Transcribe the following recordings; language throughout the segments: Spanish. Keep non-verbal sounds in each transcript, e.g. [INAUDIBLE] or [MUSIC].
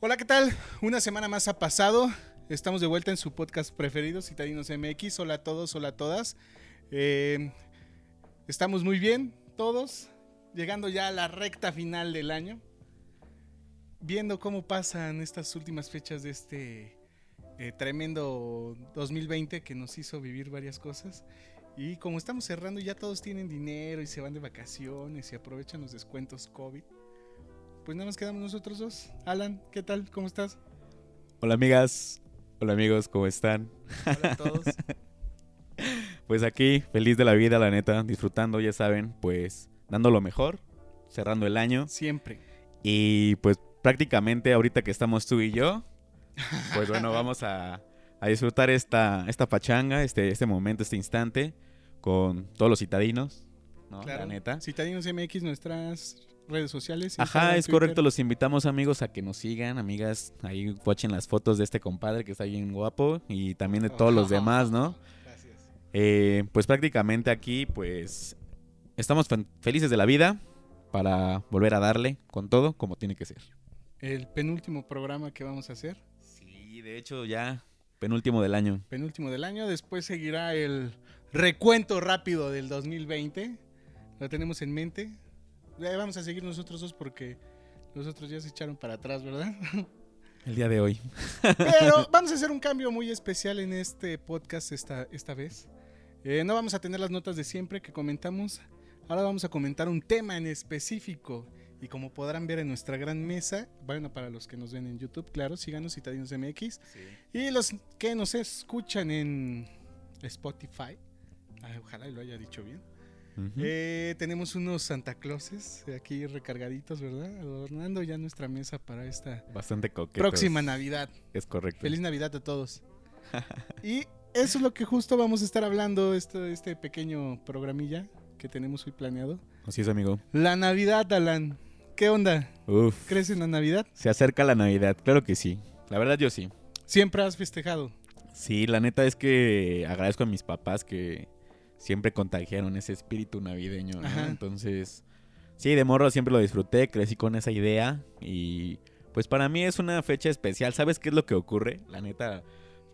Hola, ¿qué tal? Una semana más ha pasado. Estamos de vuelta en su podcast preferido, Citadinos MX. Hola a todos, hola a todas. Eh, estamos muy bien, todos, llegando ya a la recta final del año, viendo cómo pasan estas últimas fechas de este eh, tremendo 2020 que nos hizo vivir varias cosas. Y como estamos cerrando, ya todos tienen dinero y se van de vacaciones y aprovechan los descuentos COVID. Pues nada más quedamos nosotros dos. Alan, ¿qué tal? ¿Cómo estás? Hola amigas, hola amigos, ¿cómo están? Hola a [LAUGHS] todos. Pues aquí, feliz de la vida, la neta, disfrutando, ya saben, pues dando lo mejor, cerrando el año Siempre. y pues prácticamente ahorita que estamos tú y yo, pues bueno, vamos a, a disfrutar esta, esta pachanga, este, este momento, este instante con todos los citadinos, ¿no? La neta. Citadinos MX, nuestras redes sociales. Ajá, Instagram, es Twitter. correcto. Los invitamos, amigos, a que nos sigan, amigas. Ahí watchen las fotos de este compadre que está bien guapo y también de [LAUGHS] todos los demás, ¿no? Gracias. Eh, pues prácticamente aquí, pues estamos fan- felices de la vida para volver a darle con todo como tiene que ser. El penúltimo programa que vamos a hacer, Sí, de hecho ya penúltimo del año. penúltimo del año. Después seguirá el recuento rápido del 2020. Lo tenemos en mente. Eh, Vamos a seguir nosotros dos porque nosotros ya se echaron para atrás, ¿verdad? El día de hoy. Pero vamos a hacer un cambio muy especial en este podcast esta, esta vez. Eh, no vamos a tener las notas de siempre que comentamos. Ahora vamos a comentar un tema en específico. Y como podrán ver en nuestra gran mesa, bueno, para los que nos ven en YouTube, claro, síganos Citadinos MX. Y los que nos escuchan en Spotify, ay, ojalá y lo haya dicho bien. Ujú. Eh, tenemos unos Santa Clauses aquí recargaditos, ¿verdad? Adornando ya nuestra mesa para esta Bastante coqueto. próxima Navidad. Es correcto. Feliz Navidad a [LAUGHS] todos. y eso es lo que justo vamos a estar hablando, este, este pequeño programilla que tenemos hoy planeado. Así es, amigo. La Navidad, Alan. ¿Qué onda? Uf. ¿Crees en la Navidad? Se acerca la Navidad, claro que sí. La verdad yo sí. Siempre has festejado. Sí, la neta es que agradezco a mis papás que siempre contagiaron ese espíritu navideño, ¿no? Ajá. Entonces, sí, de morro siempre lo disfruté, crecí con esa idea y pues para mí es una fecha especial. ¿Sabes qué es lo que ocurre? La neta,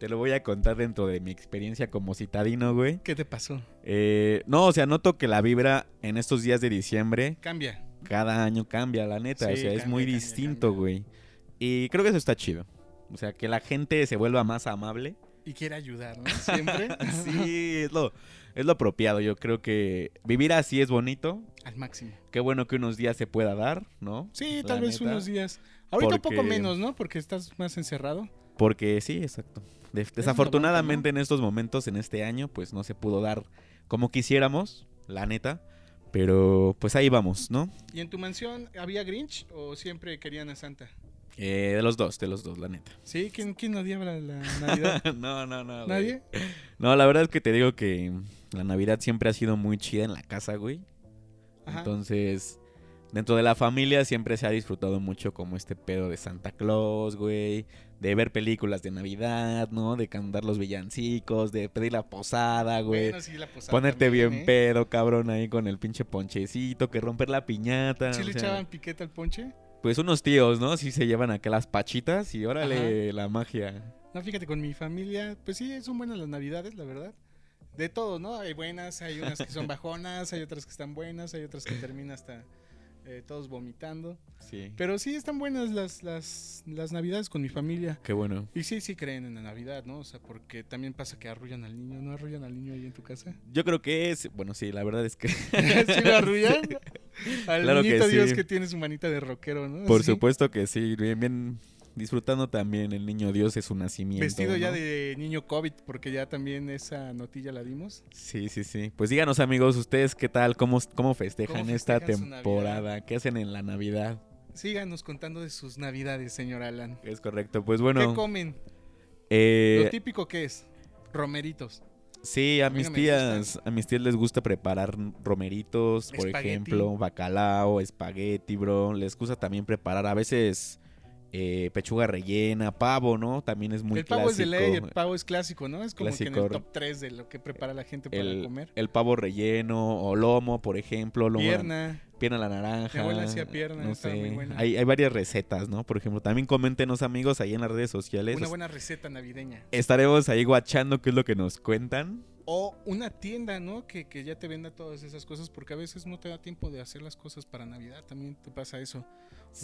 te lo voy a contar dentro de mi experiencia como citadino, güey. ¿Qué te pasó? Eh, no, o sea, noto que la vibra en estos días de diciembre Cambia. cada año cambia, la neta. o Sí, sea, es cambia, muy cambia, distinto, cambia. güey. Y creo que eso está chido. O sea, que la gente se vuelva más amable. Y quiere ayudar, ¿no? [LAUGHS] Siempre. Sí, es lo, es lo apropiado. Yo creo que vivir así es bonito. Al máximo. Qué bueno que unos días se pueda dar, ¿no? Sí, La tal vez neta. unos días. Ahorita un poco Porque- menos, ¿no? Porque estás más encerrado. Porque sí, exacto. De- desafortunadamente en estos momentos, en este año, pues no se pudo dar como quisiéramos, la neta. Pero pues ahí vamos, ¿no? ¿Y en tu mansión había Grinch o siempre querían a Santa? Eh, de los dos, de los dos, la neta. [LAUGHS] Sí, ¿quién, quién odiaba la, la Navidad? no, no, [LAUGHS] no. güey. ¿Nadie? No, la verdad es que te digo que la Navidad siempre ha sido muy chida en la casa, güey. Ajá. Entonces, dentro de la familia siempre se ha disfrutado mucho como este pedo de Santa Claus, güey, de ver películas de Navidad, ¿no? De cantar los villancicos, de pedir la posada, güey. Bueno, sí, la posada Ponerte también, bien ¿eh? pedo, cabrón, ahí con el pinche ponchecito, que romper la piñata. ¿Sí Ah, o le sea, echaban piquete al ponche? pues unos tíos, ¿no? Sí se llevan acá las pachitas y órale la magia. No, fíjate, con mi familia, pues sí, son buenas las navidades, la verdad. De todo, ¿no? Hay buenas, hay unas que [LAUGHS] son bajonas, hay otras que están buenas, hay otras que terminan hasta eh, todos vomitando. Sí. Pero sí, están buenas las, las, las navidades con mi familia. Qué bueno. Y sí, sí creen en la Navidad, ¿no? O sea, porque también pasa que arrullan al niño, ¿no arrullan al niño ahí en tu [LAUGHS] casa? [LAUGHS] Yo creo que es, bueno, sí, la verdad es que ¿Sí lo arrullan? Al Claro que niñito Dios sí. que tiene su manita de rockero, ¿no? Por Así, supuesto que sí, bien, bien disfrutando también el niño Dios es su nacimiento. Vestido ya ¿no? de niño COVID, porque ya también esa notilla la dimos. Sí, sí, sí. Pues díganos amigos, ustedes qué tal, cómo, cómo festejan ¿Cómo esta festejan su Navidad? temporada, qué hacen en la Navidad. Síganos contando de sus navidades, señor Alan. Es correcto, pues ¿Qué bueno. comen? eh, Lo típico que es. Romeritos. sí, a, a mí mis no me tías, a mis tías les gusta preparar romeritos, por Espagueti. ejemplo, bacalao, espagueti, bro. Les gusta también preparar a veces eh, pechuga rellena, pavo, ¿no? También es muy el pavo es de clásico. ley, el pavo es clásico, ¿no? Es como que en el Clásico. top 3 de lo que prepara la gente para el, comer. el pavo relleno o lomo, por ejemplo, lomo a- Pierna. pierna a la naranja. Mi abuela hacía pierna, estaba muy buena. Hay, hay varias recetas, ¿no? Por ejemplo, también coméntenos amigos ahí en las redes sociales. Una buena receta navideña. Estaremos ahí guachando qué es lo que nos cuentan. O una tienda, ¿no? Que, que ya te venda todas esas cosas, porque a veces no te da tiempo de hacer las cosas para Navidad, también te pasa eso.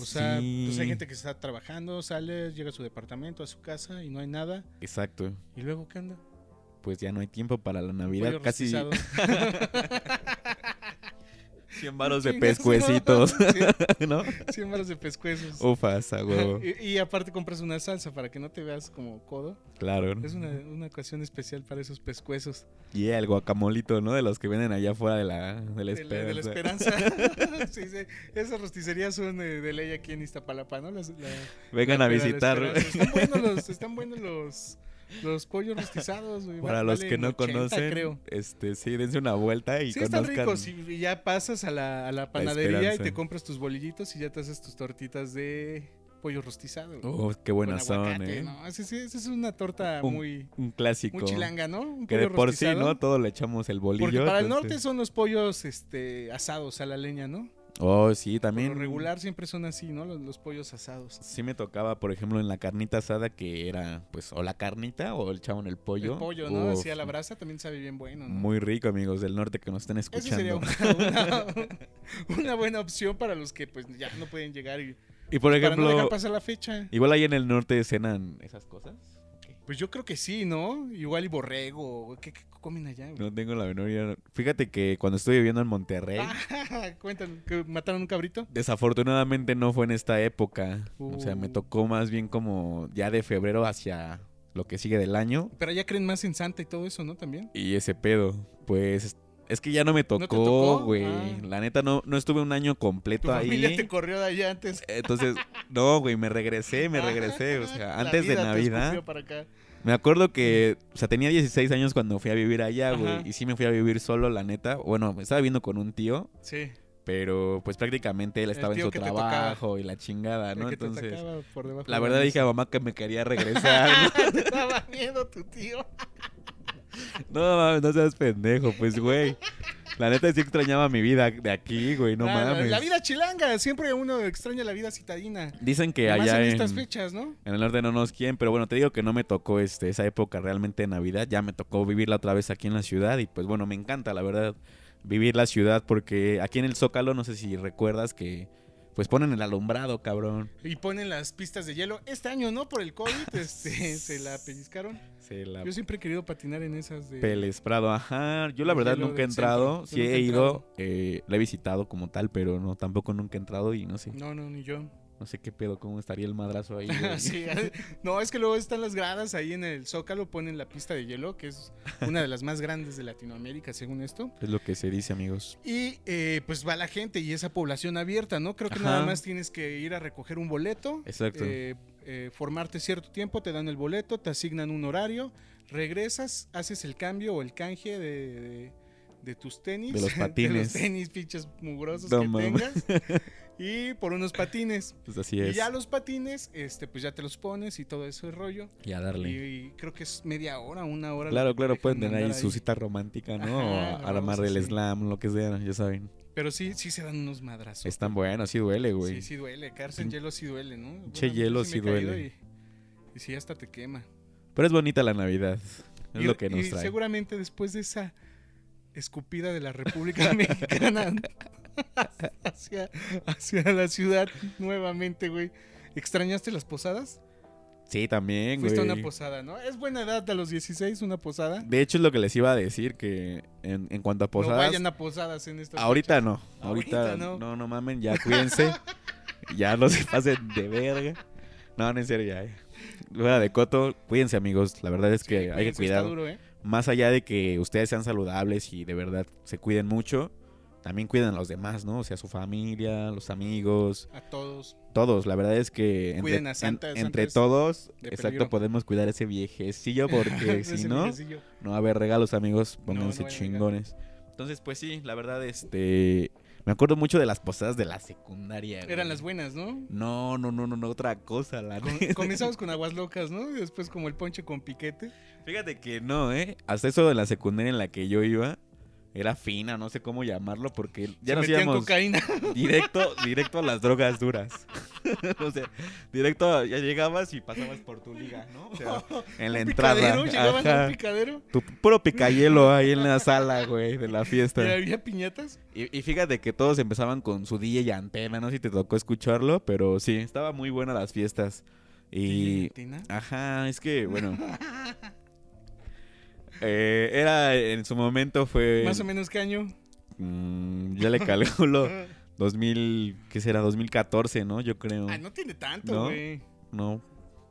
O sea, Sí, pues hay gente que está trabajando, sale, llega a su departamento, a su casa y no hay nada. Exacto. ¿Y luego qué onda? Pues ya no hay tiempo para la Navidad. Pollos Casi [LAUGHS] rostizados. 100 [LAUGHS] varos de Chingas, pescuecitos, [LAUGHS] Sí, [LAUGHS] ¿no? 100 varos de pescuezos. Ufas, a huevo. Y, y aparte compras una salsa para que no te veas como codo. Claro. ¿no? Es una, una ocasión especial para esos pescuezos. Y el guacamolito, ¿no? De los que venden allá afuera de la, de la De la, de la esperanza. esperanza. [LAUGHS] Sí, sí. Esas rosticerías son eh, de, ley aquí en Iztapalapa, ¿no? Las- la- Vengan la a peda de la visitar. Esperanza. Están [LAUGHS] buenos los, están buenos los, los pollos rostizados, güey. [LAUGHS] Para Va- los valen que no 80, conocen, creo. este, sí, dense una vuelta y Sí, están conozcan. ricos. Y y ya pasas a la, a la panadería y Esperanza. te compras tus bolillitos y ya te haces tus tortitas de pollo rostizado. güey. Oh, qué Con buenas son, aguacate, ¿eh? ¿no? Esa sí- esa es una torta Un- muy, Un clásico. muy chilanga, ¿no? Un Que de pollo por sí, rostizado. ¿no? Todo le echamos el bolillo. Porque para el norte entonces- son los pollos este, asados a la leña, ¿no? Oh, sí, Por también. lo regular siempre son así, ¿no? Los, los pollos asados. Sí me tocaba, por ejemplo, en la carnita asada que era, pues, o la carnita o el chavo en el pollo. El pollo, ¿no? Uf, Así a la brasa también sabe bien bueno, ¿no? Muy rico, amigos del norte que nos estén Esa escuchando. sería una, una- [LAUGHS] una buena opción para los que pues ya no pueden llegar y [LAUGHS] Y por para no ejemplo, dejar pasar la fecha. igual ahí en el norte cenan esas cosas. Pues yo creo que sí, ¿no? Igual y borrego. güey. ¿Qué, qué comen allá? güey? No tengo la menor idea. Fíjate que cuando estuve viviendo en Monterrey, Ah, [LAUGHS] cuentan que mataron un cabrito. Desafortunadamente no fue en esta época. O sea, me Uh. tocó más bien como ya de febrero hacia lo que sigue del año. Pero allá creen más en Santa y todo eso, ¿no? También. Y ese pedo, pues es que ya no me te tocó? tocó, güey. Ah. La neta no, no estuve un año Tu completo familia ahí. te corrió de allá antes. Entonces, no, güey, me regresé, me regresé. O sea, Ah. La antes de vida te Navidad. escupió para acá. Me acuerdo que, o sea, tenía 16 años cuando fui a vivir allá, Ajá. güey. Y sí me fui a vivir solo, la neta. Bueno, me estaba viviendo con un tío, Sí. pero pues prácticamente él El estaba en tío su que te tocaba. trabajo y la chingada, El Ah, ¿no? que te Entonces... atacaba por debajo La de verdad mesa. dije a mamá que me quería regresar. [LAUGHS] Te daba miedo tu tío. No, no mames, no seas pendejo, pues, güey. La neta sí extrañaba mi vida de aquí, güey, no Ah, la- mames. La vida chilanga, siempre uno extraña la vida citadina. Dicen que Y más allá en en, estas fechas, ¿no? en el norte no nos quieren, pero bueno, te digo que no me tocó este, esa época realmente de Navidad. Ya me tocó vivirla otra vez aquí en la ciudad y pues bueno, me encanta, la verdad, vivir la ciudad porque aquí en el Zócalo, no sé si recuerdas que pues ponen el alumbrado, cabrón. Y ponen las pistas de hielo. Este año, ¿no? Por el [LAUGHS] COVID, este, se la pellizcaron. Se la Yo siempre he querido patinar en esas de... Pelesprado, ajá. Yo la El verdad hielo nunca he del centro. entrado. Yo Sí nunca he he ido, entrado. eh, la he visitado como tal, pero no, tampoco nunca he entrado y no sé, No, no, ni yo. no sé qué pedo, cómo estaría el [LAUGHS] madrazo ahí. güey. Sí, ah, no, es que luego están las gradas ahí en el Zócalo, ponen la pista de hielo, que es una de las más grandes de Latinoamérica, según esto. Es lo que se dice, amigos. Y eh, pues va la gente y esa población abierta, ¿no? Creo que Ajá. nada más tienes que ir a recoger un boleto. Exacto. eh, eh, formarte cierto tiempo, te dan el boleto, te asignan un horario, regresas, haces el cambio o el canje de, de- de tus tenis. De los [LAUGHS] de los patines. tenis, pinches mugrosos No que mames. [LAUGHS] tengas. Y por unos patines. Pues así es. Y ya los patines, este, pues ya te los pones y todo eso es rollo. Y a Y, darle. y creo que es media hora, una hora. lo Claro, que te claro, dejan pueden tener ahí andar su cita romántica, ¿no? O Ajá, a- no, armar sí, el sí. slam, lo que sea, ya saben. Pero sí, sí se dan unos madrazos. Están buenos, sí duele, güey. Sí, sí duele. Cárcel en Pin- hielo sí duele, ¿no? Che, Bueno, yo hielo me he sí caído duele. Y, y sí, hasta te quema. Pero es bonita la Navidad. Es y, lo que nos y trae. seguramente después de esa escupida de la República [LAUGHS] Mexicana hacia, hacia la ciudad nuevamente, güey. ¿Extrañaste las posadas? Sí, también, güey. Fuiste a una posada, ¿no? Es buena edad a los 16 una posada. De hecho, es lo que les iba a decir, que en, en cuanto a No posadas, vayan a posadas en estas Ahorita no. Ahorita Ahorita, no. no. No, mamen, ya [LAUGHS] cuídense. ya no se pasen de verga. No, no, en serio, ya. eh. Fuera de coto, cuídense, amigos. La verdad es fechas. que Sí, hay que cuídense, está cuidar. duro, ¿eh? Más allá de que ustedes sean saludables y de verdad se cuiden mucho, también cuiden a los demás, ¿no? O sea, su familia, los amigos, A [LAUGHS] todos. todos. La verdad es que entre, Cuiden a Santa, en- Santa entre es todos, de exacto, peligro. podemos cuidar ese viejecillo [LAUGHS] porque si Ese no... viejecillo. No va a haber regalos, amigos. Pónganse no hay chingones. Entonces, pues sí, la verdad, este. Me acuerdo mucho de las posadas de la secundaria. güey. Eran las buenas, ¿no? No, no, no, no, no, otra cosa, la Con- neta. [LAUGHS] comenzamos con aguas locas, ¿no? Y después como el ponche con piquete. Fíjate que no, ¿eh? Hasta eso de la secundaria en la que yo iba, era fina, no sé cómo llamarlo, porque Se ya nos metían íbamos cocaína. [LAUGHS] directo, directo a las drogas duras. [LAUGHS] o sea, directo, a- ya llegabas y pasabas por tu liga, ¿no? O sea, en la Un entrada. Picadero, llegaban ajá. a un picadero Tu puro picayelo ahí en la sala, güey, de la y fiesta. había piñatas. Y, y fíjate que todos empezaban con su DJ y antena, no sé si te tocó escucharlo, pero sí, estaba muy buena las fiestas. Y... Tina. Ajá, es [LAUGHS] que, bueno... eh, era, en su momento fue... Más o menos qué año. Ah, mm, ya le calculo, 2000, ¿qué será? 2014, ¿no? Yo creo. Ah, no tiene tanto, ¿No? güey. No,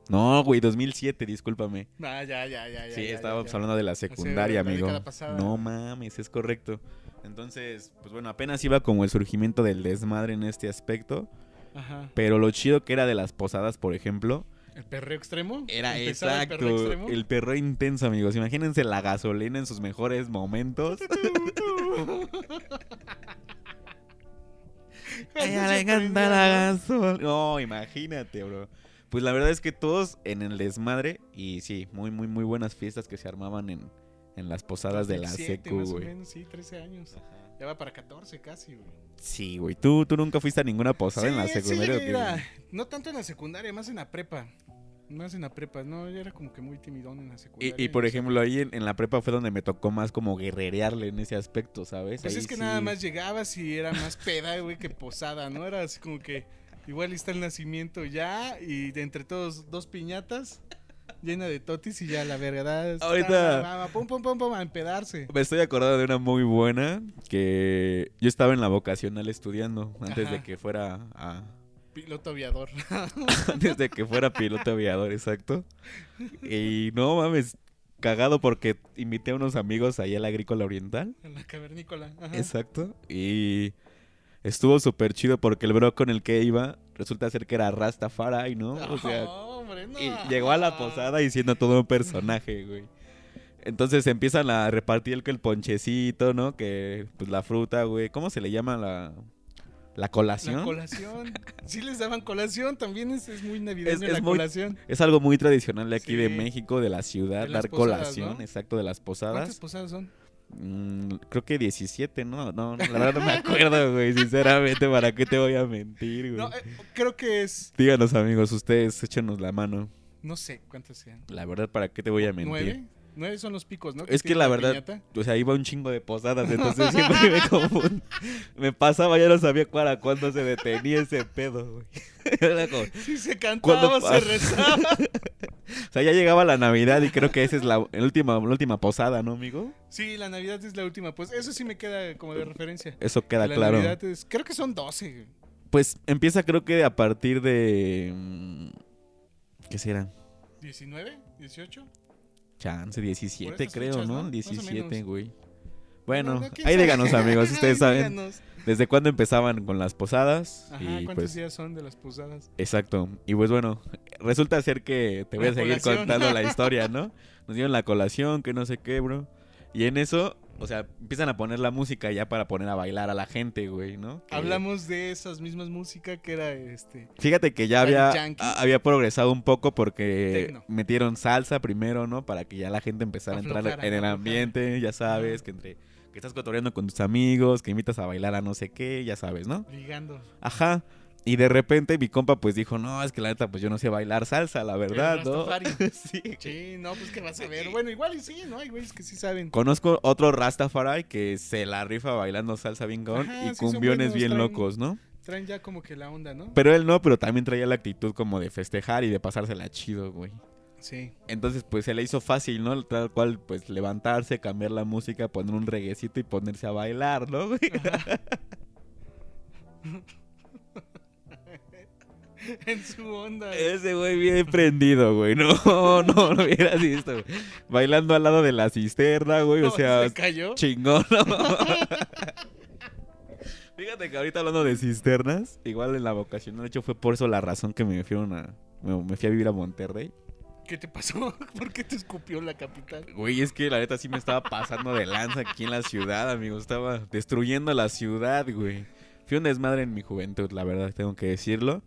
no güey, 2007, discúlpame. Ah, ya, ya, ya. ya, Sí, ya, estábamos ya, ya. hablando de la la secundaria, amigo. década pasada. No mames, es correcto. Entonces, pues bueno, apenas iba como el surgimiento del desmadre en este aspecto. Ajá. Pero lo chido que era de las posadas, por ejemplo, ¿El perreo extremo? era ¿Empezaba exacto. El [LAUGHS] perro, El intenso, amigos. Imagínense la gasolina en sus [LAUGHS] mejores momentos. perreo extremo. A ella le encanta la gasol- No, imagínate, bro. Pues la verdad es que todos en el desmadre y sí, muy, muy, muy buenas fiestas que se armaban en, en las posadas de la 2007, secu, más o güey. menos, sí, 13 años. Ajá. Ya va para 14 casi, güey. Sí, güey. ¿Tú, tú nunca fuiste a ninguna posada en la Sí, sí secundaria. llegué o a ir qué? a- no tanto en la secundaria, más en la prepa. Más en la prepa, no, yo era como que muy timidón en la secundaria. Y, y, por no sé. ejemplo, ahí en, en la prepa fue donde me tocó más como guerrerearle en ese aspecto, ¿sabes? Pues Ahí es que sí. nada más llegabas y era más peda, güey, que posada, ¿no? Era así como que igual está el nacimiento ya y de entre todos dos piñatas llena de totis y ya la verdad. está, Ahorita- va, va, Pum, pum, pum, pum, a empedarse. Me estoy acordando de una muy buena que yo estaba en la vocacional estudiando antes de Ajá. que fuera a, [LAUGHS] Piloto aviador. [LAUGHS] antes de que fuera piloto aviador, exacto. Y no mames, cagado porque invité a unos amigos ahí a la agrícola oriental, En la cavernícola. Ajá. exacto. Y estuvo súper chido porque el bro con el que iba resulta ser que era Rastafari, ¿no? O sea, hombre, no. y llegó a la posada y siendo todo un personaje, güey. Entonces empiezan a repartir el, que el ponchecito, ¿no? Que pues la fruta, güey. ¿Cómo se le llama la, la colación? La colación. Sí les daban colación, también es, es muy navideño Es- es la muy- colación. Es algo muy tradicional de aquí de Sí. México, de la ciudad, De las dar posadas, colación, ¿no? exacto, de las ¿Cuántas posadas. posadas son? Mm, creo que 17, ¿no? No, la [LAUGHS] verdad no me acuerdo, güey, sinceramente, ¿para qué te voy a mentir, güey? No, eh, creo que es. Díganos, amigos, ustedes, échenos la mano. No sé cuántas sean. La verdad, ¿para qué te voy a mentir? ¿Nueve? Nueve son los picos, ¿no? Es que tiene la verdad- piñata. O sea, iba un chingo de posadas, entonces siempre me confundí. Me pasaba, ya no sabía para cuándo se detenía ese pedo, güey. [LAUGHS] Era como- Sí, se cantaba, Cuando pa- se [LAUGHS] rezaba. o sea, ya llegaba la Navidad y creo que esa es la, el última, la última posada, ¿no, amigo? Sí, la Navidad es la última. Pues eso sí me queda como de referencia. Eso queda la claro. Navidad es. Creo que son 12. güey. Pues empieza creo que a partir de... mm, ¿Qué será? ¿19? ¿18? Chance, Por 17 esas creo, fechas, ¿no? ¿no? Más o 17, menos. güey. Bueno, No, no, ¿quién ahí sabe? [LAUGHS] díganos amigos, ustedes saben Díganos. desde cuándo empezaban con las posadas. Ajá, y ¿cuántos pues eh, días son de las posadas? Exacto. Y pues bueno, resulta ser que te voy a La seguir colación. contando [LAUGHS] la historia, ¿no? Nos dieron la colación, que no sé qué, bro. Y en eso, o sea, empiezan a poner la música ya para poner a bailar a la gente, güey, ¿no? Que- Hablamos de esas mismas músicas que era este. Fíjate que ya Daddy había, Yankee. a- había progresado un poco porque Tecno. metieron salsa primero, ¿no? Para que ya la gente empezara a entrar Aflojara, en el aflojara. ambiente, ya sabes, que entre que estás cotoreando con tus amigos, que invitas a bailar a no sé qué, ya sabes, ¿no? Ligando. Ajá. Y de repente mi compa pues dijo, no, es que la neta pues yo no sé bailar salsa, la verdad, El ¿no? Rastafari. [LAUGHS] sí. Sí, no, pues que vas a ver. Bueno, igual y sí, ¿no? Hay güeyes que sí saben. Conozco otro Rastafari que se la rifa bailando salsa bien cabrón Ajá, y sí, son cumbiones buenos, bien traen- locos, ¿no? Traen ya como que la onda, ¿no? Pero él no, pero también traía la actitud como de festejar y de pasársela chido, güey. Sí. [LAUGHS] Entonces pues se le hizo fácil, ¿no? Tal cual pues levantarse, cambiar la música, poner un reguecito y ponerse a bailar, ¿no? [LAUGHS] güey? en su onda. güey. Ese güey bien prendido, güey. [LAUGHS] No, no, no hubieras visto. güey. Bailando al lado de la cisterna, güey. O No, sea, se cayó. Chingón. ¿no? Fíjate que ahorita hablando de cisternas, igual en la vocacional, de hecho fue por eso la razón que me fueron a me, me fui a vivir a Monterrey. ¿Qué te pasó? [LAUGHS] ¿Por qué te escupió la capital? Güey, es que la neta sí me estaba pasando de lanza aquí en la ciudad, amigo. Estaba destruyendo la ciudad, güey. Fui un desmadre en mi juventud, la verdad, tengo que decirlo.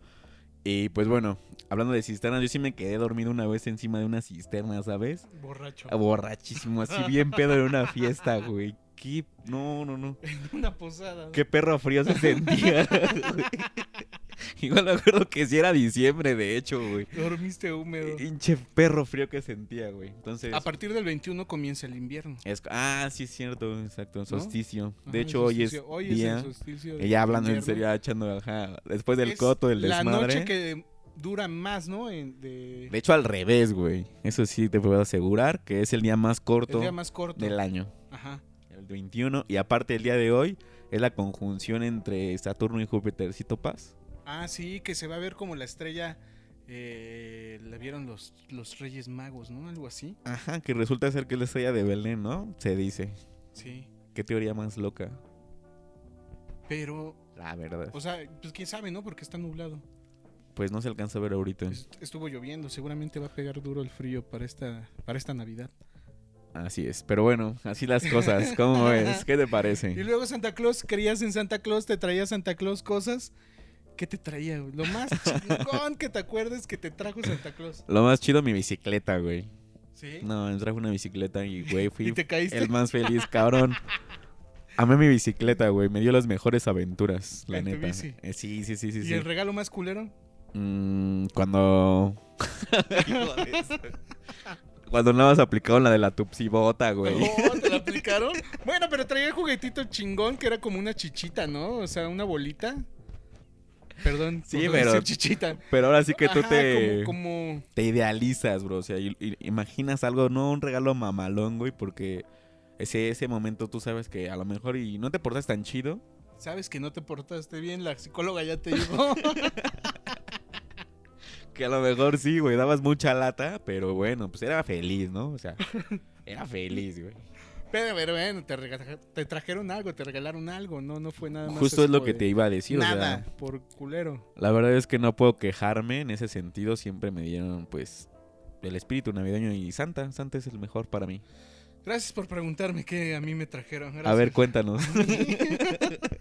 Y pues bueno, hablando de cisternas, yo sí me quedé dormido una vez encima de una cisterna, ¿sabes? Borracho. Ah, Borrachísimo, así bien pedo en una fiesta, güey. Qué... No, no, no. En [LAUGHS] una posada. Qué perro frío [LAUGHS] se sentía, güey. Igual me acuerdo que sí era diciembre, de hecho, güey. Dormiste húmedo. Hinche perro frío que sentía, güey. Entonces... A partir del 21 comienza el invierno. Es, ah, sí, es cierto, exacto, ¿No? solsticio. Ajá, De el hecho, hoy es solsticio. hoy día. es el solsticio. y ya hablando en invierno. serio, ya echando, ajá, después del Es coto, del La noche desmadre. que dura más, ¿no? En- de- De hecho, al revés, güey. Eso sí te puedo asegurar que es el día más corto el día más corto. del año, Ajá. el 21. Y aparte, el día de hoy es la conjunción entre Saturno y Júpiter. ¿Sí topas? Ah, sí, que se va a ver como la estrella. eh, la vieron los, los Reyes Magos, ¿no? Algo así. Ajá, que resulta ser que es la estrella de Belén, ¿no? Se dice. Sí. ¿Qué teoría más loca? Pero, La verdad. o sea, pues quién sabe, ¿no? Porque está nublado. Pues no se alcanza a ver ahorita. Est- Estuvo lloviendo, seguramente va a pegar duro el frío para esta, para esta Navidad. Así es. Pero bueno, así las cosas. [LAUGHS] ¿Cómo ves? ¿Qué te parece? Y luego Santa Claus, creías en Santa Claus, te traía Santa Claus cosas. ¿Qué te traía? güey? Lo más chingón que te acuerdes que te trajo Santa Claus. Lo más chido, mi bicicleta, güey. ¿Sí? No, me trajo una bicicleta y, güey, ¿Y fui te caíste? el más feliz, cabrón. Amé mi bicicleta, güey. Me dio las mejores aventuras, la En tu neta. bici. Eh, sí, sí, sí, sí. ¿Y sí. el regalo más culero? Mm, cuando. [LAUGHS] Hijo de eso. cuando nada más aplicaron la de la tupsibota, güey. Oh, [LAUGHS] ¿Te la aplicaron? bueno, pero traía el juguetito chingón que era como una chichita, ¿no? O sea, una bolita. Perdón, Sí, por pero- decir chichita. Pero ahora sí que tú Ajá, te, Como, como- te idealizas, bro. O sea, y- y- imaginas algo, no un regalo mamalón, güey, porque ese, ese momento tú sabes que a lo mejor y no te portas tan chido. Sabes que no te portaste bien, la psicóloga ya te [LAUGHS] dijo. Que a lo mejor sí, güey, dabas mucha lata, pero bueno, pues era feliz, ¿no? [LAUGHS] O sea, era feliz, güey. Pero, pero bueno, te, rega- te trajeron algo, te regalaron algo, no, no fue nada más. Justo es así lo como que de te iba a decir, Nada, o sea, por culero. la verdad es que no puedo quejarme en ese sentido, siempre me dieron, pues, el espíritu navideño y Santa, Santa es el mejor para mí. Gracias por preguntarme qué a mí me trajeron. A ver, cuéntanos. [LAUGHS]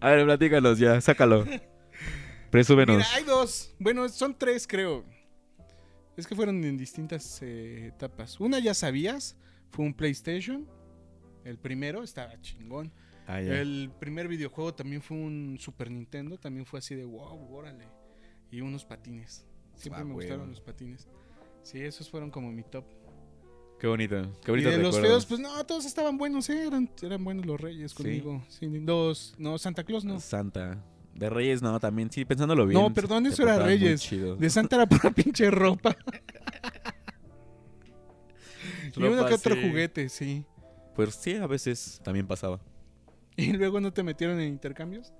a ver, platícanos ya, sácalo. Presúbenos. Mira, hay dos. Bueno, son tres, creo. Es que fueron en distintas eh, etapas. Una ya sabías, fue un PlayStation. El primero estaba chingón. Ah, ya. El primer videojuego también fue un Super Nintendo. También fue así de wow, órale. Y unos patines. Siempre Ah, me gustaron huevo. los patines. Sí, esos fueron como mi top. Qué bonito, Y qué bonito de los recuerdos. feos, pues no, todos estaban buenos, ¿eh? eran, eran buenos los reyes Sí. conmigo. Sí, los, no, Santa Claus no. Santa. De Reyes, no, también, sí, pensándolo bien. No, perdón, te eso era portabas muy Reyes. chido. De Santa era pura pinche [LAUGHS] ropa. y uno Ropa, que otro sí. juguete, sí. Pues sí, a veces también pasaba. Y luego no te metieron en intercambios.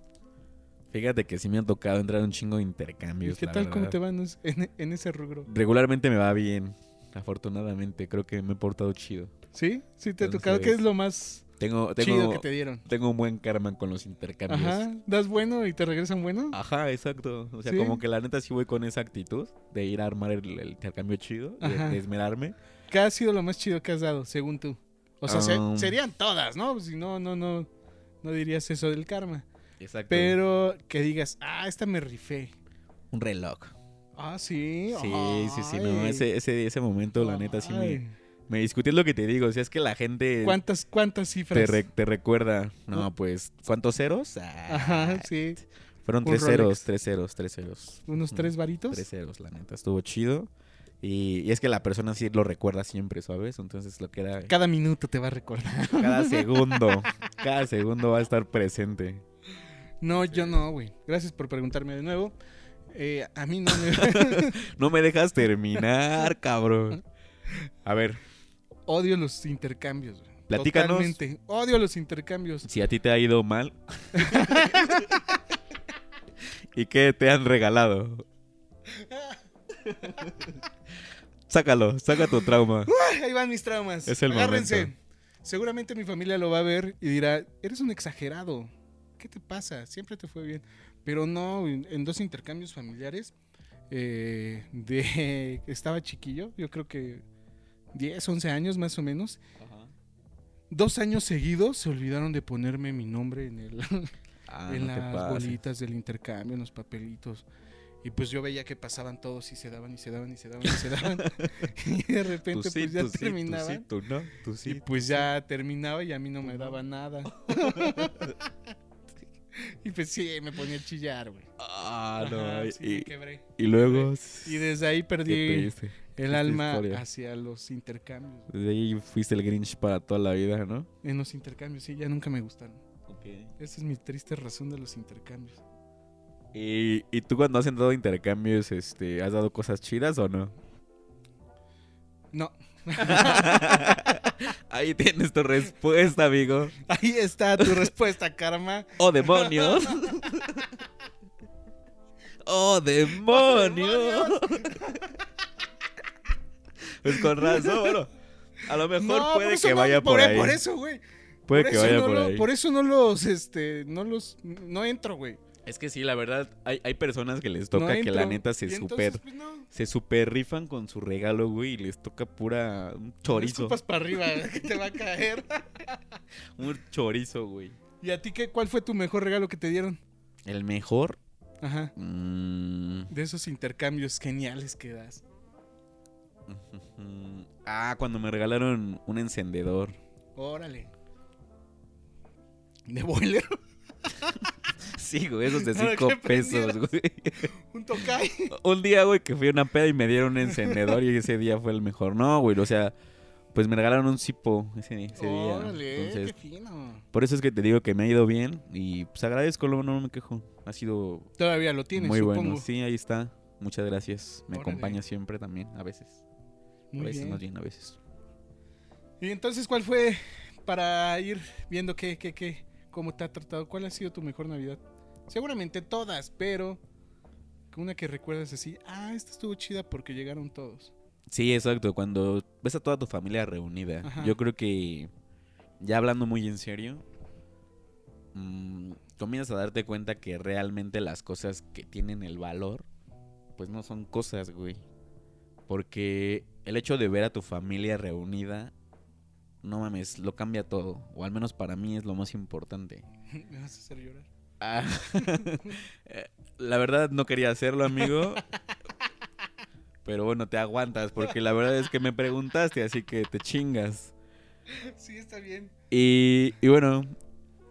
Fíjate que sí me ha tocado entrar a un chingo de ¿Y intercambios. qué la tal cómo verdad. te van en, en- en ese rubro? Regularmente me va bien. Afortunadamente, creo que me he portado chido. ¿Sí? Sí, te ha tocado. ¿Qué Entonces, es lo más Tengo, chido tengo, que te dieron? tengo un buen karma con los intercambios. Ajá. Ajá. ¿Das bueno y te regresan bueno? Ah. exacto. O sea, Sí. como que la neta sí voy con esa actitud de ir a armar el, el intercambio chido, de, Ajá. de esmerarme. ¿Qué ha sido lo más chido que has dado, según tú? O sea, se- Um. serían todas, ¿no? Si no, no, no. No dirías eso del karma. Exacto. Pero que digas, ah, esta me rifé. Un reloj. Ah, sí. Sí, sí, sí, no. ay, Ese, ese, ese momento, la neta, sí me, ay. me discutí es lo que te digo. O sea, es que la gente ¿Cuántas, cuántas te, cifras? re- te recuerda. No, No. pues, ¿cuántos ceros? Ah, Ajá, sí. Fueron Un tres Rolex. ceros, tres ceros, tres ceros. Unos Ujú. tres varitos. Tres ceros, la neta. Estuvo chido. Y, y es que la persona sí lo recuerda siempre, ¿sabes? Entonces lo que era Cada minuto te va a [LAUGHS] recordar. [LAUGHS] cada segundo. cada segundo va a estar presente. No, yo no, güey. Gracias por preguntarme de nuevo. Eh, a mí no me... [LAUGHS] No me dejas terminar, [LAUGHS] cabrón. A ver, Odio los intercambios, güey. Platícanos. Totalmente. Odio los intercambios. si a ti te ha ido [LAUGHS] mal. ¿Y qué te han regalado? Sácalo, saca tu trauma. Ahí van mis traumas. Es el Agárrense. momento. Seguramente mi familia lo va a ver y dirá, eres un exagerado. ¿Qué te pasa? Siempre te fue bien. Pero no, en en dos intercambios familiares, eh, de estaba chiquillo, yo creo que 10, 11 años más o menos. Dos años seguidos se olvidaron de ponerme mi nombre en el, Ah, en no te las pases. bolitas del intercambio, en los papelitos. Y pues yo veía que pasaban todos y se daban y se daban y se daban y se [LAUGHS] daban. [LAUGHS] y de Tú repente sí, pues ya tú sí, tú terminaban. sí, tú no, tú Y sí. pues ya terminaba y a mí no me daba [LAUGHS] nada. y pues sí, me ponía a chillar, güey. Ah, no. Ajá, y, sí, me quebré. y luego. Y desde ahí qué perdí triste. el alma historia. hacia los intercambios. Desde ahí fuiste el Grinch para toda la vida, ¿no? En los intercambios, sí, ya nunca me gustaron. Esa es mi triste razón de los intercambios. ¿Y, y tú cuando has entrado a intercambios, este, ¿has dado cosas chidas o no? No, [LAUGHS] [LAUGHS] Ahí tienes tu respuesta, amigo. ahí está tu respuesta, karma. [LAUGHS] ¡Oh, demonios! [LAUGHS] ¡Oh, demonios! pues con razón, bueno, A lo mejor No, por puede eso que no, vaya por, ahí. Por eso, güey. puede Por que eso vaya no por lo- ahí. Por eso no los, este, no los, no entro, güey. Es que sí, la verdad, hay, hay personas que les No toca que la entro. neta se Y entonces, super... pues, no. Se super rifan con su regalo, güey, y les toca pura... Un chorizo. Escupas para arriba, [LAUGHS] que te va a caer. Un chorizo, güey. ¿Y a ti qué, cuál fue tu mejor regalo que te dieron? El mejor... Ajá. mm, De esos intercambios geniales que das. ujú. Ah, cuando me regalaron un encendedor. Órale. De boiler. [LAUGHS] Sí, güey, esos de Para 5 que pesos, güey. Un tocay. Un día, güey, que fui a una peda y me dieron un encendedor y ese día fue el mejor. No, güey, o sea, pues me regalaron un cipo ese, ese día. Órale, Entonces, qué fino. por eso es que te digo que me ha ido bien y pues agradezco, no, no me quejo. Ha sido Todavía lo tienes, muy supongo. bueno. Sí, ahí está. Muchas gracias. Me Órale. acompaña siempre también, a veces. a Muy veces, bien. más bien, a veces. Y entonces, ¿cuál fue para ir viendo qué, qué, qué, cómo te ha tratado? ¿Cuál ha sido tu mejor Navidad? Seguramente todas, pero una que recuerdas así, ah, esta estuvo chida porque llegaron todos. [LAUGHS] Sí, exacto. Cuando ves a toda tu familia reunida, Ajá. yo creo que ya hablando muy en serio, mm, comienzas a darte cuenta que realmente las cosas que tienen el valor, pues no son cosas, güey. Porque el hecho de ver a tu familia reunida, no mames, lo cambia todo. O al menos para mí es lo más importante. Me vas a hacer llorar. [LAUGHS] Ah, [LAUGHS] eh, la verdad no quería hacerlo, amigo. Pero bueno, te aguantas porque la verdad es que me preguntaste, así que te chingas. Sí, está bien. Y, y bueno,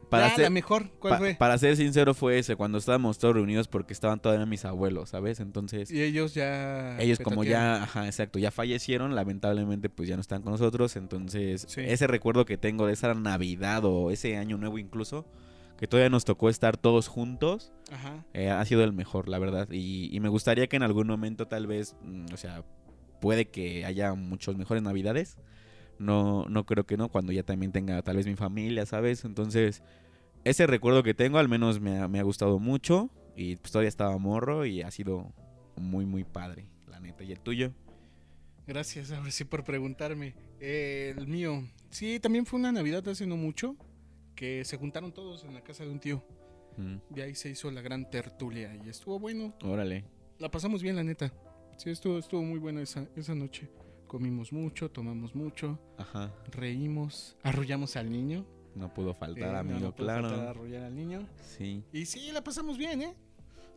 para, Ah, ser, la mejor, ¿cuál pa- fue? para ser sincero fue ese, cuando estábamos todos reunidos porque estaban todavía mis abuelos, ¿sabes? Entonces, Y ellos ya. ellos como petatearon. ya, ajá, exacto, ya fallecieron, lamentablemente pues ya no están con nosotros. Entonces, Sí. ese recuerdo que tengo de esa Navidad o ese año nuevo incluso, que todavía nos tocó estar todos juntos. Ajá. Eh, ha sido el mejor, la verdad. Y, y me gustaría que en algún momento tal vez, mm, o sea, puede que haya muchos mejores navidades. No, no creo que no, cuando ya también tenga tal vez mi familia, ¿sabes? Entonces, ese recuerdo que tengo al menos me ha, me ha gustado mucho. Y pues todavía estaba morro y ha sido muy, muy padre, la neta. ¿Y el tuyo? Gracias, ahora sí, por preguntarme. Eh, el mío. Sí, también fue una Navidad hace no mucho que se juntaron todos en la casa de un tío. Mm, Y ahí se hizo la gran tertulia y estuvo bueno. órale. La pasamos bien, la neta. Sí, estuvo, estuvo muy buena esa, esa noche. Comimos mucho, tomamos mucho, Ajá. reímos, arrullamos al niño. No pudo faltar, Eh, amigo, no, no puede claro. faltar arrullar al niño. Sí. Y sí, la pasamos bien, ¿eh?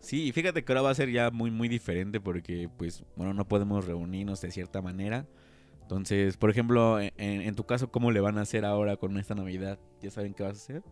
Sí, y fíjate que ahora va a ser ya muy, muy diferente porque, pues, bueno, no podemos reunirnos de cierta manera. Entonces, por ejemplo, en, en- en tu caso, ¿cómo le van a hacer ahora con esta Navidad? ¿Ya saben qué vas a hacer?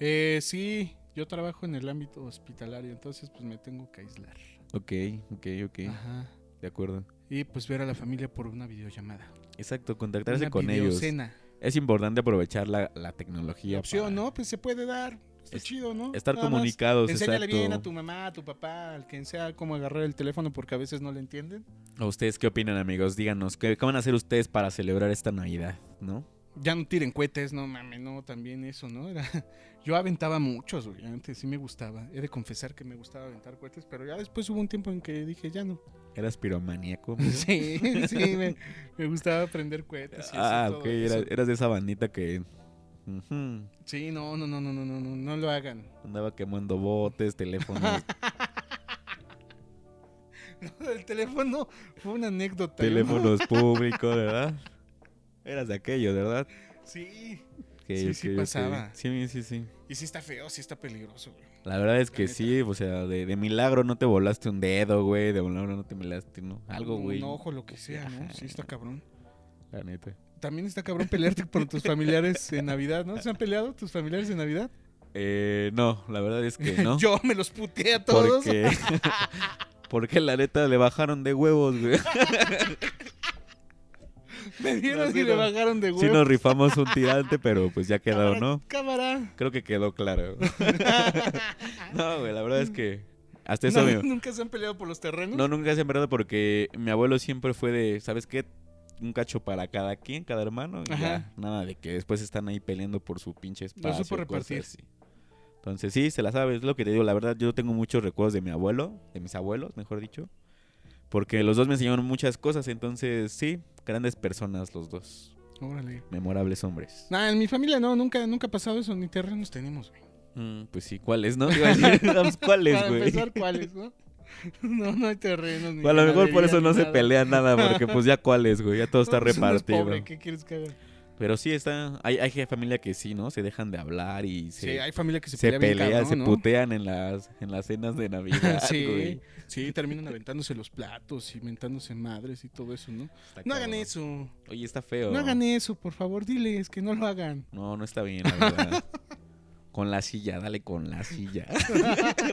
Eh, sí, yo trabajo en el ámbito hospitalario, entonces pues me tengo que aislar. Ok, ok, ok, Ajá. de acuerdo. Y pues ver a la familia por una videollamada. Exacto, contactarse Una con ellos. videocena. Es importante aprovechar la, la tecnología. para Opción, ¿no? Pues se puede dar. Está Es- chido, ¿no? Estar Nada más. comunicados, Enséñale exacto. bien a tu mamá, a tu papá, al quien sea, cómo agarrar el teléfono porque a veces no le entienden. ¿A ustedes qué opinan, amigos? Díganos, ¿qué, qué van a hacer ustedes para celebrar esta Navidad, no? Ya no tiren cohetes, no mames, no, también eso, ¿no? Era, [LAUGHS] yo aventaba muchos, güey, antes sí me gustaba. He de confesar que me gustaba aventar cohetes, pero ya después hubo un tiempo en que dije, ya no. ¿Eras piromaníaco? [LAUGHS] amigo? [LAUGHS] Sí, sí, me, me gustaba prender cohetes. y ah, hacer todo ok, era- eso. eras de esa bandita que... ujú. Sí, no, no, no, no, no, no, no, no lo hagan. [LAUGHS] Andaba quemando botes, teléfonos, El teléfono fue una anécdota. yo no- teléfonos públicos, ¿verdad? Eras de aquello, ¿verdad? Sí, Sí, sí ok. pasaba. Sí, sí, sí. Y sí está feo, sí está peligroso, güey. La verdad es que La neta. sí, o sea, de, de milagro no te volaste un dedo, güey. De milagro no te volaste, ¿no? Algo, Un- güey. Un ojo, lo que sea, ¿no? Ajá. Sí está cabrón. La neta. También está cabrón pelearte por tus familiares en Navidad, ¿no? ¿Se han peleado tus familiares en Navidad? Eh, no, la verdad [LAUGHS] es que no. Yo me los puteé a todos. Porque, [LAUGHS] porque la neta le bajaron de huevos, güey. Me dieron No, sí, y le no. bajaron de huevo. Sí nos rifamos un tirante, pero [LAUGHS] pues ya quedó, Cámara, ¿no? Cámara. Creo que [LAUGHS] quedó claro. [LAUGHS] No, güey, la verdad es que hasta eso No, me- [LAUGHS] ¿Nunca se han peleado por los terrenos? No, nunca se han verdad porque mi abuelo siempre fue de, ¿sabes qué? Un cacho para cada quien, cada hermano. y ya, Ajá. nada de que después están ahí peleando por su pinche supo espacio. cosas repartir. así. Entonces sí, se la sabe, es lo que te digo. La verdad, yo tengo muchos recuerdos de mi abuelo, de mis abuelos, mejor dicho. Porque los dos me enseñaron muchas cosas, entonces sí, grandes personas los dos. Órale. Memorables hombres. Nah, en mi familia no, nunca, nunca ha pasado eso, ni terrenos tenemos, güey. Mm, pues sí, [LAUGHS] ¿cuáles, no? Iba a decir, pues, ¿Cuáles, Para güey? empezar, ¿cuáles, no? [LAUGHS] No, no hay terrenos. Ni A lo mejor por ganadería, eso ni no se nada. pelean nada, porque pues ya cuáles, [LAUGHS] güey, ya todo está No, pues uno es repartido. pobre, ¿qué quieres que haga? Pero sí está, hay, hay familia que sí, ¿no? Se dejan de hablar y se, Sí, hay familia que se, se, pelea bien pelean, cabrón, se ¿no? putean en las, en las [LAUGHS] cenas de Navidad, sí, güey. sí, terminan aventándose los platos y mentándose madres y todo eso, ¿no? Está No hagan cabrón. eso, Oye, está feo. no hagan eso, por favor, diles que no lo [LAUGHS] hagan. No, no está bien, la verdad. [LAUGHS] con la silla, dale con la [LAUGHS] silla. [LAUGHS]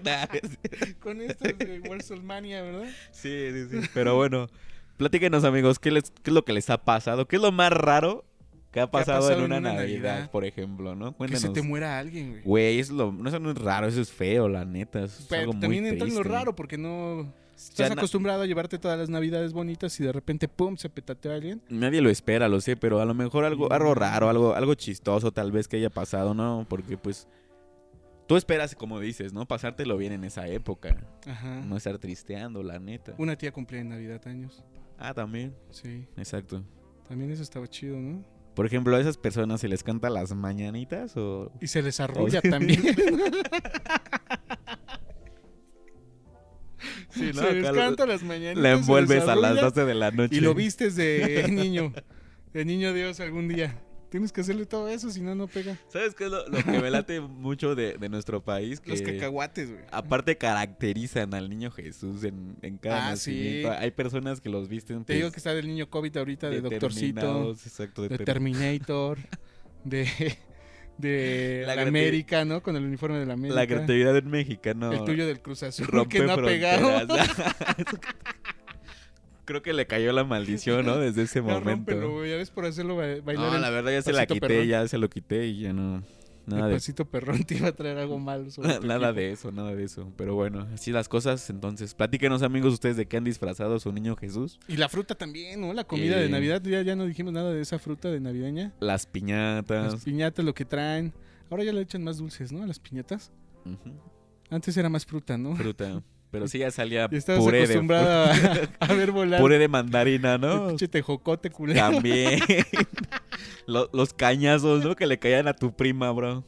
Nah, es- Con esto es de WrestleMania, ¿verdad? sí, sí, sí. Pero bueno, platíquenos, amigos, ¿qué, les, ¿qué es lo que les ha pasado? ¿Qué es lo más raro que ha pasado, en una, Navidad, Navidad? por ejemplo, Que no? se Cuéntanos. te muera alguien, güey. Güey, eso es lo, no, eso no es raro, eso es feo, la neta. Eso es Pero algo muy también entra en lo triste. raro porque no Ya estás na- acostumbrado a llevarte todas las navidades bonitas y de repente, pum, se petateó alguien. Nadie lo espera, lo sé, pero a lo mejor algo, Mm. algo raro, algo, algo chistoso tal vez que haya pasado, ¿no? Porque pues tú esperas, como dices, ¿no? Pasártelo bien en esa época. Ajá. No estar tristeando, la neta. Una tía cumplía en Navidad años. Ah, también. Sí, Exacto. también eso estaba chido, ¿no? Por ejemplo, a esas personas se les canta las mañanitas o... Y se les arrulla sí. [LAUGHS] también. Sí, ¿no? se les Acá la- canta las mañanitas. La se les envuelves a las arrulla 12 de la noche. Y lo vistes [LAUGHS] de niño. De niño Dios algún día. Tienes que hacerle todo eso, si no, no pega. ¿Sabes qué es lo, lo que me [LAUGHS] late mucho de, de nuestro país? Que... Los cacahuates, güey. Aparte caracterizan al niño Jesús en, en cada Ah, sí. nacimiento. Hay personas que los visten. Te digo que pues, está del niño COVID ahorita, de Doctorcito, determinados, Exacto, de determin- Terminator, de, de La la creati- América, ¿no? Con el uniforme de la América. La creatividad del mexicano. El tuyo del Cruz Azul, rompe que no ha pegado. fronteras. [LAUGHS] [LAUGHS] Creo que le cayó la maldición, ¿no? Desde Ya ese este momento. rómpelo, güey, ya ves por hacerlo ba- bailar No, el la verdad ya se la pasito quité, perrón. ya se lo quité y ya no. Nada El de, pasito perrón te iba a traer algo malo. sobre tu nada equipo. de eso, [LAUGHS] nada de eso. Pero bueno, así las cosas. Entonces, platíquenos amigos ustedes de qué han disfrazado a su niño Jesús. Y la fruta también, ¿no? La comida de Eh. Navidad. Ya, ya no dijimos nada de esa fruta de navideña. Las piñatas. Las piñatas, lo que traen. Ahora ya le echan más dulces, ¿no? A las piñatas. ujú. Antes era más fruta, ¿no? fruta. Pero sí [LAUGHS] ya salía Y estabas puré de, fru- acostumbrada [LAUGHS] a, a ver volar. puré de mandarina, el [LAUGHS] ¿no? pinche tejocote culero. [LAUGHS] También. Lo- los, cañazos, ¿no? Que le caían a tu prima, bro.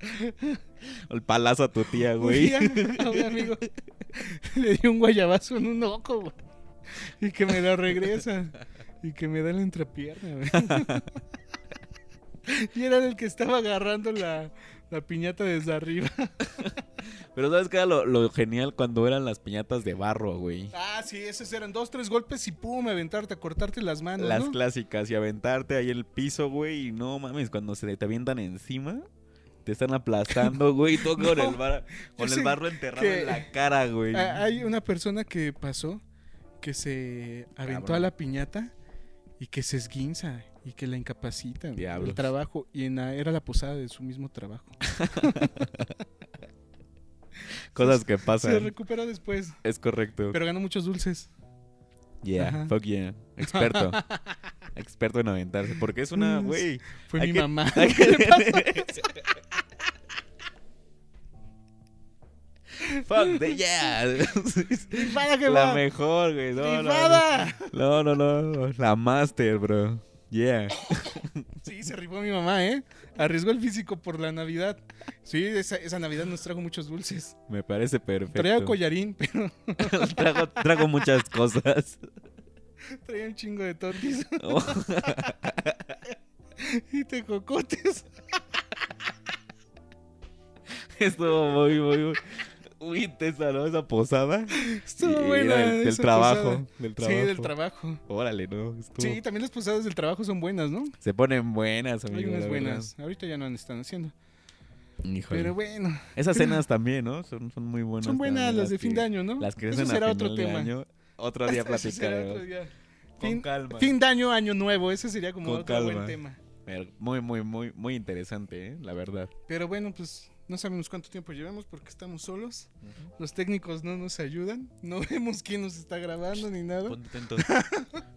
[LAUGHS] El palazo a tu tía, Un güey. día, [LAUGHS] a un amigo le di un guayabazo en un ojo, güey. Y que me la regresa. Y que me da la entrepierna, güey. [LAUGHS] Y era el que estaba agarrando la, la piñata desde arriba. Pero ¿sabes qué era lo, lo genial cuando eran las piñatas de barro, güey? Ah, sí, esos eran dos, tres golpes y pum, aventarte, a cortarte las manos. Las ¿no? clásicas y aventarte ahí en el piso, güey. Y no mames, cuando se te avientan encima, te están [LAUGHS] aplastando, güey. y Tú con, No, el, bar- con el sé barro enterrado que- en la cara, güey. Ah, Hay una persona que pasó que se aventó Cabrón. a la piñata y que se esguinza y que la incapacita güey, Diablos. el trabajo y en la- era la posada de su mismo trabajo. ah, Cosas que Se pasan. recuperó después, Es correcto. pero ganó muchos dulces. Yeah, Ajá. fuck yeah. [LAUGHS] Experto. Experto en aventarse. Porque es una, Mm, güey. Fue hay mi que- mamá. [LAUGHS] hay que- [LAUGHS] Fuck the [LAUGHS] yeah. [LAUGHS] Rifada que La va. mejor, güey. No, no, Rifada. no, no, no. La master, bro. Yeah. Sí, se rifó mi mamá, ¿eh? Arriesgó el físico por la Navidad. Sí, esa, esa Navidad nos trajo muchos dulces. Me parece Traía perfecto. collarín, [LAUGHS] pero [LAUGHS] trago, trago muchas cosas. [LAUGHS] Oh, traía un chingo de tortis. [LAUGHS] Y te cocotes. Estuvo muy, muy, muy, muy intensa, ¿no? Esa posada. Estuvo Y buena. era Del, del esa trabajo, posada. del Sí, trabajo. del trabajo. Órale, ¿no? Estuvo- Sí, también las posadas del trabajo son buenas, ¿no? Se ponen buenas, Hay amigos. unas la buenas. Ahorita ya no las están haciendo. verdad. Híjole. Pero bueno, Esas cenas también, ¿no? Son, son muy buenas. son buenas también, las de fin de que- año, ¿no? Las que Eso hacen a será final otro de tema. año. [LAUGHS] Otro día Eso será otro platicaremos. día. Con Fin- calma. Fin de año, año nuevo. Ese sería como Con otro buen calma. tema. Pero Muy, muy, muy, muy interesante, ¿eh? La verdad. Pero bueno, pues no sabemos cuánto tiempo llevamos porque estamos solos. Los técnicos no nos ayudan. No [LAUGHS] vemos quién nos está grabando ni nada. Ponte [LAUGHS] atento.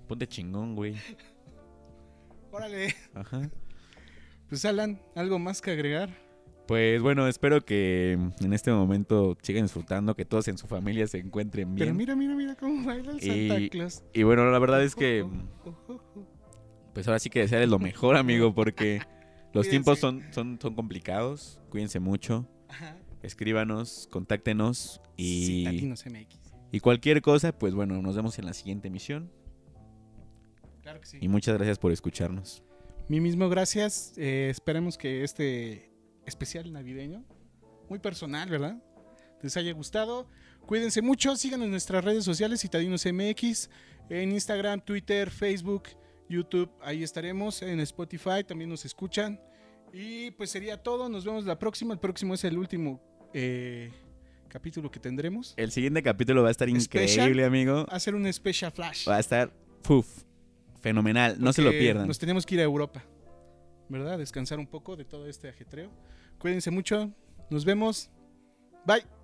Ponte chingón, güey. Órale. Ajá. Pues Alan, algo más que agregar. Pues bueno, espero que en este momento sigan disfrutando, que todos en su familia se encuentren Pero bien. mira, mira, mira cómo baila el Santa Y- Claus. Oh, Y bueno, la verdad es que, Ojo, ojo. pues ahora sí que desearles lo mejor, amigo, [LAUGHS] porque los Cuídense. tiempos son, son, son complicados. Cuídense mucho. Ajá. Escríbanos, contáctenos Sí, y, Latinos MX. y cualquier cosa, pues bueno, nos vemos en la siguiente emisión. Claro que sí. Y muchas gracias por escucharnos. Mi mismo gracias. Eh, esperemos que este especial navideño, muy personal, ¿verdad? Les haya gustado. Cuídense mucho. Síganos en nuestras redes sociales, Citadinos MX, en Instagram, Twitter, Facebook, YouTube. Ahí estaremos. En Spotify también nos escuchan. Y pues sería todo. Nos vemos la próxima. El próximo es el último eh, capítulo que tendremos. El siguiente capítulo va a estar increíble, Especial. amigo. Hacer un special flash. Va a estar uf, fenomenal. No se lo porque pierdan. Nos tenemos que ir a Europa, ¿verdad? Descansar un poco de todo este ajetreo. Cuídense mucho. Nos vemos. Bye.